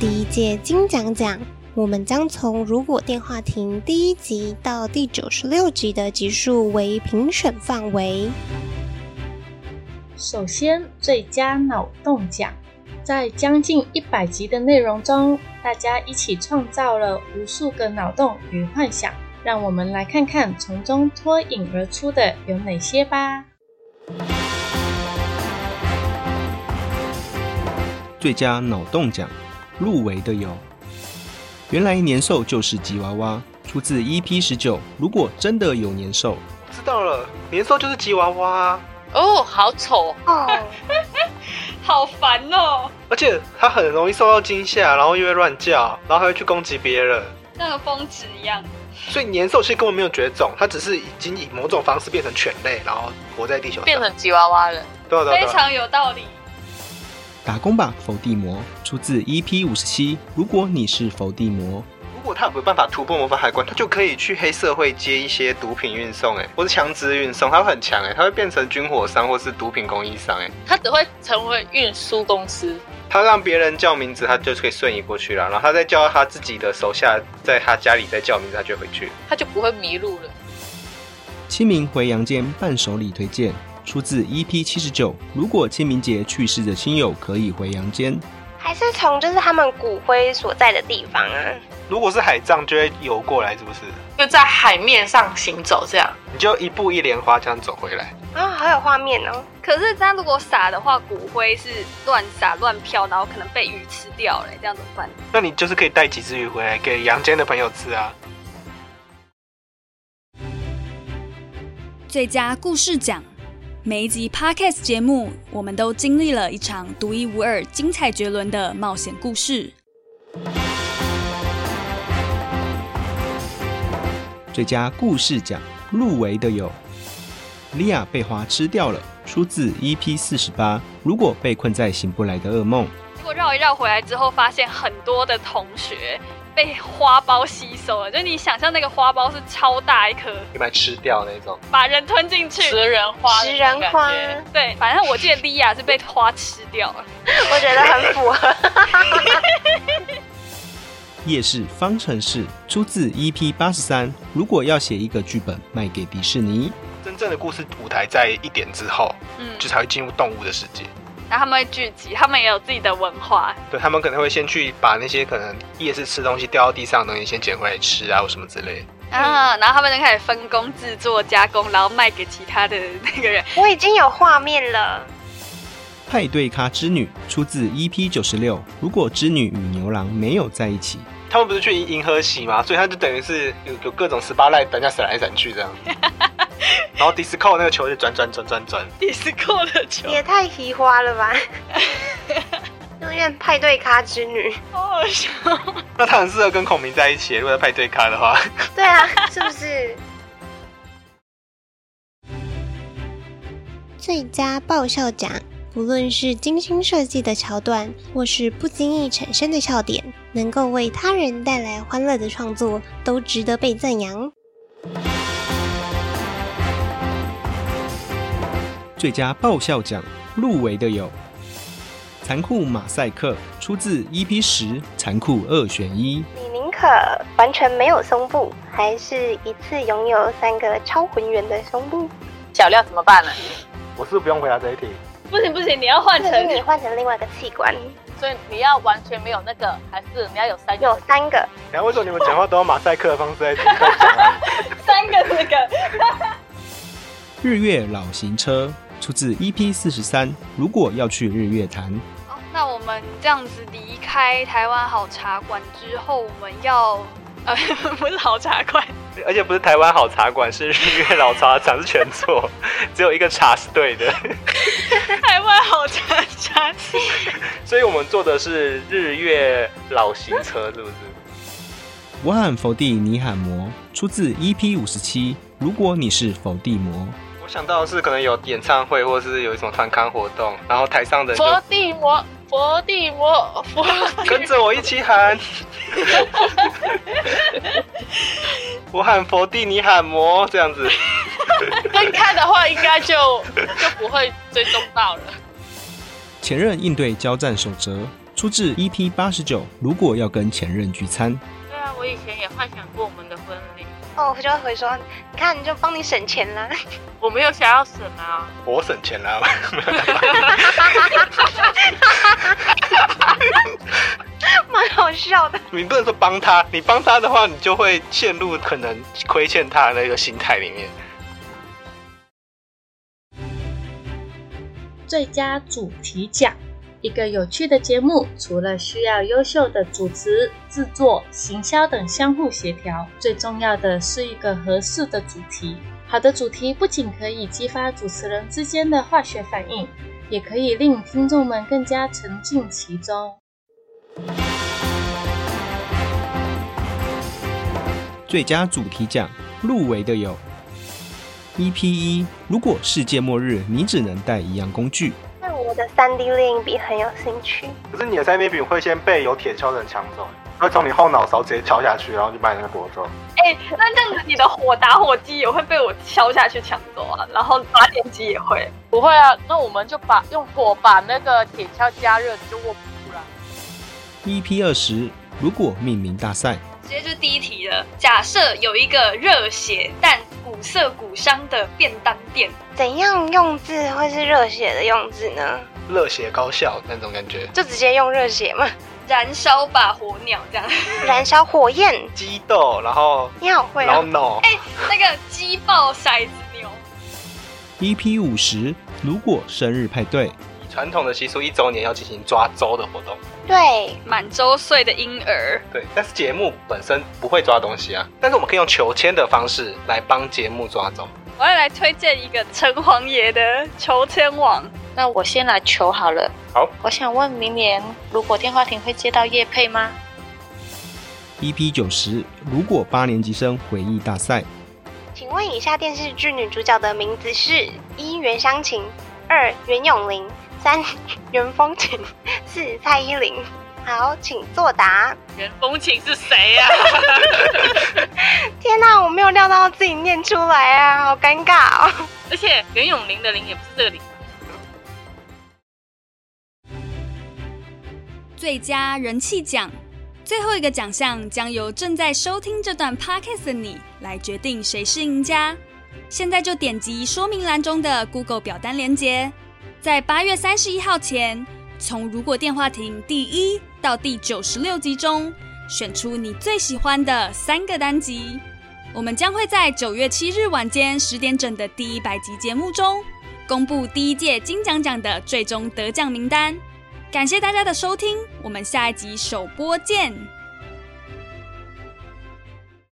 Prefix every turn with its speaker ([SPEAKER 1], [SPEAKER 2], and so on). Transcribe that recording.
[SPEAKER 1] 第一届金奖奖，我们将从《如果电话亭》第一集到第九十六集的集数为评审范围。
[SPEAKER 2] 首先，最佳脑洞奖，在将近一百集的内容中，大家一起创造了无数个脑洞与幻想，让我们来看看从中脱颖而出的有哪些吧。
[SPEAKER 3] 最佳脑洞奖，入围的有：原来年兽就是吉娃娃，出自 EP 十九。如果真的有年兽，
[SPEAKER 4] 知道了，年兽就是吉娃娃啊，
[SPEAKER 5] 哦，好丑，
[SPEAKER 1] 哦，
[SPEAKER 5] 好烦哦！
[SPEAKER 4] 而且它很容易受到惊吓，然后又会乱叫，然后还会去攻击别人。
[SPEAKER 5] 像个疯子一样。
[SPEAKER 4] 所以年兽其实根本没有绝种，它只是已经以某种方式变成犬类，然后活在地球上。
[SPEAKER 6] 变成吉娃娃了。
[SPEAKER 4] 对啊对啊
[SPEAKER 5] 非
[SPEAKER 4] 对啊，
[SPEAKER 5] 常有道理。
[SPEAKER 3] 打工吧，伏地魔，出自 EP 五十七。如果你是伏地魔，
[SPEAKER 4] 如果它有办法突破魔法海关，它就可以去黑社会接一些毒品运送，哎，或是枪支运送，它会很强哎，它会变成军火商或是毒品供应商哎，
[SPEAKER 6] 它只会成为运输公司。
[SPEAKER 4] 它让别人叫名字，它就可以瞬移过去了，然后它再叫它自己的手下，在它家里再叫名字，它就回去。
[SPEAKER 6] 它就不会迷路了。
[SPEAKER 3] 清明回阳间伴手礼推荐，出自 EP 七十九。如果清明节去世的亲友可以回阳间，
[SPEAKER 1] 还是从就是他们骨灰所在的地方啊。
[SPEAKER 4] 如果是海葬，就会游过来，是不是？
[SPEAKER 6] 就在海面上行走，这样
[SPEAKER 4] 你就一步一莲花这样走回来。
[SPEAKER 1] 啊、好有画面哦！
[SPEAKER 5] 可是他如果撒的话，骨灰是乱撒乱飘，然后可能被鱼吃掉了，这样怎么办？
[SPEAKER 4] 那你就是可以带几只鱼回来给阳间的朋友吃啊。
[SPEAKER 7] 最佳故事奖。每一集 podcast 节目，我们都经历了一场独一无二、精彩绝伦的冒险故事。
[SPEAKER 3] 最佳故事奖入围的有：莉亚被花吃掉了，出自 EP 四十八。如果被困在醒不来的噩梦，
[SPEAKER 5] 结果绕一绕回来之后，发现很多的同学被花苞吸收了，就是你想象那个花苞是超大一颗，
[SPEAKER 4] 你把它吃掉那种。
[SPEAKER 5] 把人吞进去。
[SPEAKER 6] 食人花，
[SPEAKER 1] 食人花，
[SPEAKER 5] 对，反正我记得莉亚是被花吃掉了。
[SPEAKER 1] 我觉得很符合。
[SPEAKER 3] 夜市方程式出自 EP 八十三。如果要写一个剧本卖给迪士尼，
[SPEAKER 4] 真正的故事舞台在一点之后，
[SPEAKER 5] 嗯，
[SPEAKER 4] 就才会进入动物的世界。
[SPEAKER 5] 然后他们会聚集，他们也有自己的文化。
[SPEAKER 4] 对他们可能会先去把那些可能夜市吃东西掉到地上的东西先捡回来吃啊，或什么之类的。
[SPEAKER 5] 啊，然后他们就开始分工制作、加工，然后卖给其他的那个人。
[SPEAKER 1] 我已经有画面了，
[SPEAKER 3] 派对咖织女出自 EP 九十六。如果织女与牛郎没有在一起，
[SPEAKER 4] 他们不是去银河洗嘛，所以他就等于是有有各种十八赖等下闪来闪去这样。然后迪斯科那个球就转转转转转，
[SPEAKER 5] 迪斯科的球，
[SPEAKER 1] 也太奇花了吧！祝愿派对咖之女。
[SPEAKER 5] 好好笑。
[SPEAKER 4] 那他很适合跟孔明在一起，如果在派对咖的话。
[SPEAKER 1] 对啊，是不是？最佳爆笑奖，不论是精心设计的桥段，或是不经意产生的笑点，能够为他人带来欢乐的创作，都值得被赞扬。
[SPEAKER 3] 最佳爆笑奖入围的有：残酷马赛克出自 EP 十，残酷二选一。
[SPEAKER 1] 你宁可完全没有胸部，还是一次拥有三个超浑圆的胸部？
[SPEAKER 6] 小料怎么办呢？
[SPEAKER 4] 我是不用回答这一题，
[SPEAKER 5] 不行不行，你要换
[SPEAKER 1] 或
[SPEAKER 5] 成
[SPEAKER 1] 者是你换成另外一个器官，
[SPEAKER 6] 所以你要完全没有那个，还是你要有三
[SPEAKER 1] 有三个。
[SPEAKER 4] 然后为什么你们讲话都用马赛克的方式在在讲啊？
[SPEAKER 5] 三个那个。
[SPEAKER 3] 日月老行车出自 EP 四十三。如果要去日月潭，
[SPEAKER 5] 哦那我们这样子离开台湾好茶馆之后，我们要呃， 不是好茶 馆，
[SPEAKER 4] 而且不是台湾好茶馆，是日月老茶厂是全错，只有一个茶是对的。
[SPEAKER 5] 台湾好茶茶器。
[SPEAKER 4] 所以我们坐的是日月老行车，是不是？
[SPEAKER 3] 我喊佛地，你喊魔，出自 EP 五十七。如果你是佛地魔，
[SPEAKER 4] 我想到的是可能有演唱会，或是有一种团刊活动，然后台上的人
[SPEAKER 6] 佛
[SPEAKER 4] 就
[SPEAKER 6] 地魔，佛地魔，佛
[SPEAKER 4] 跟着我一起喊。我喊佛地，你喊魔，这样子。
[SPEAKER 6] 分开的话，应该就 就不会追踪到了。
[SPEAKER 3] 前任应对交战守则，出自 EP 八十九。如果要跟前任聚餐，
[SPEAKER 6] 对啊，我以前也幻想过我们的婚礼，
[SPEAKER 1] 哦，我就会回说，你看，就帮你省钱啦。
[SPEAKER 6] 我没有想要什么啊，
[SPEAKER 4] 我省钱啦，
[SPEAKER 1] 蛮好笑的。
[SPEAKER 4] 你不能说帮他，你帮他的话，你就会陷入可能亏欠他的那个心态里面。
[SPEAKER 2] 最佳主题奖。一个有趣的节目，除了需要优秀的主持、制作、行销等相互协调，最重要的是一个合适的主题。好的主题不仅可以激发主持人之间的化学反应，也可以令听众们更加沉浸其中。
[SPEAKER 3] 最佳主题奖入围的有 EP 一。如果世界末日，你只能带一样工具。
[SPEAKER 1] 那我的三 D 猎鹰笔很有兴趣，
[SPEAKER 4] 可是你的三面饼会先被有铁锹的人抢走，会从你后脑勺直接敲下去，然后就把你那个夺走。
[SPEAKER 5] 哎、那这样子你的火打火机也会被我敲下去抢走啊，然后发电机也会。
[SPEAKER 6] 不会啊，那我们就把用火把那个铁锹加热，你就握不住了。
[SPEAKER 3] EP；E 二十。如果命名大赛，
[SPEAKER 5] 直接就是第一题了。假设有一个热血但古色古香的便当店，
[SPEAKER 1] 怎样用字会是热血的用字呢？
[SPEAKER 4] 热血高校那种感觉，
[SPEAKER 1] 就直接用热血嘛，
[SPEAKER 5] 燃烧吧火鸟这 样，
[SPEAKER 1] 燃烧火焰。
[SPEAKER 4] 激斗，然后
[SPEAKER 1] 你好会
[SPEAKER 4] 然后
[SPEAKER 1] 哦，
[SPEAKER 4] Oh no，
[SPEAKER 5] 那个击爆骰子牛，
[SPEAKER 3] EP E 五十，如果生日派对，
[SPEAKER 4] 以传统的习俗一周年要进行抓周的活动，
[SPEAKER 1] 对，
[SPEAKER 5] 满周岁的婴儿，
[SPEAKER 4] 对，但是节目本身不会抓东西啊，但是我们可以用求签的方式来帮节目抓周。
[SPEAKER 5] 我要来推荐一个城隍爷的求签网。
[SPEAKER 8] 那我先来求好了。
[SPEAKER 4] 好，
[SPEAKER 8] 我想问明年如果电话亭会接到叶配吗？
[SPEAKER 3] EP E 九十，如果八年级生回忆大赛，
[SPEAKER 1] 请问以下电视剧女主角的名字是：一袁湘琴，二袁咏琳，三 袁风琴，四蔡依林。好，请作答。
[SPEAKER 6] 袁风琴是谁呀、
[SPEAKER 1] 天哪、我没有料到自己念出来啊，好尴尬哦！
[SPEAKER 6] 而且袁咏琳的琳也不是这个琳。
[SPEAKER 7] 最佳人气奖。最后一个奖项将由正在收听这段 podcast 的你来决定谁是赢家。现在就点击说明栏中的 Google 表单连接，在八月三十一号前，从《如果电话亭》第一到第九十六集中选出你最喜欢的三个单集。我们将会在九月七日晚间十点整的第一百集节目中，公布第一届金奖奖的最终得奖名单。感谢大家的收听，我们下一集首播见。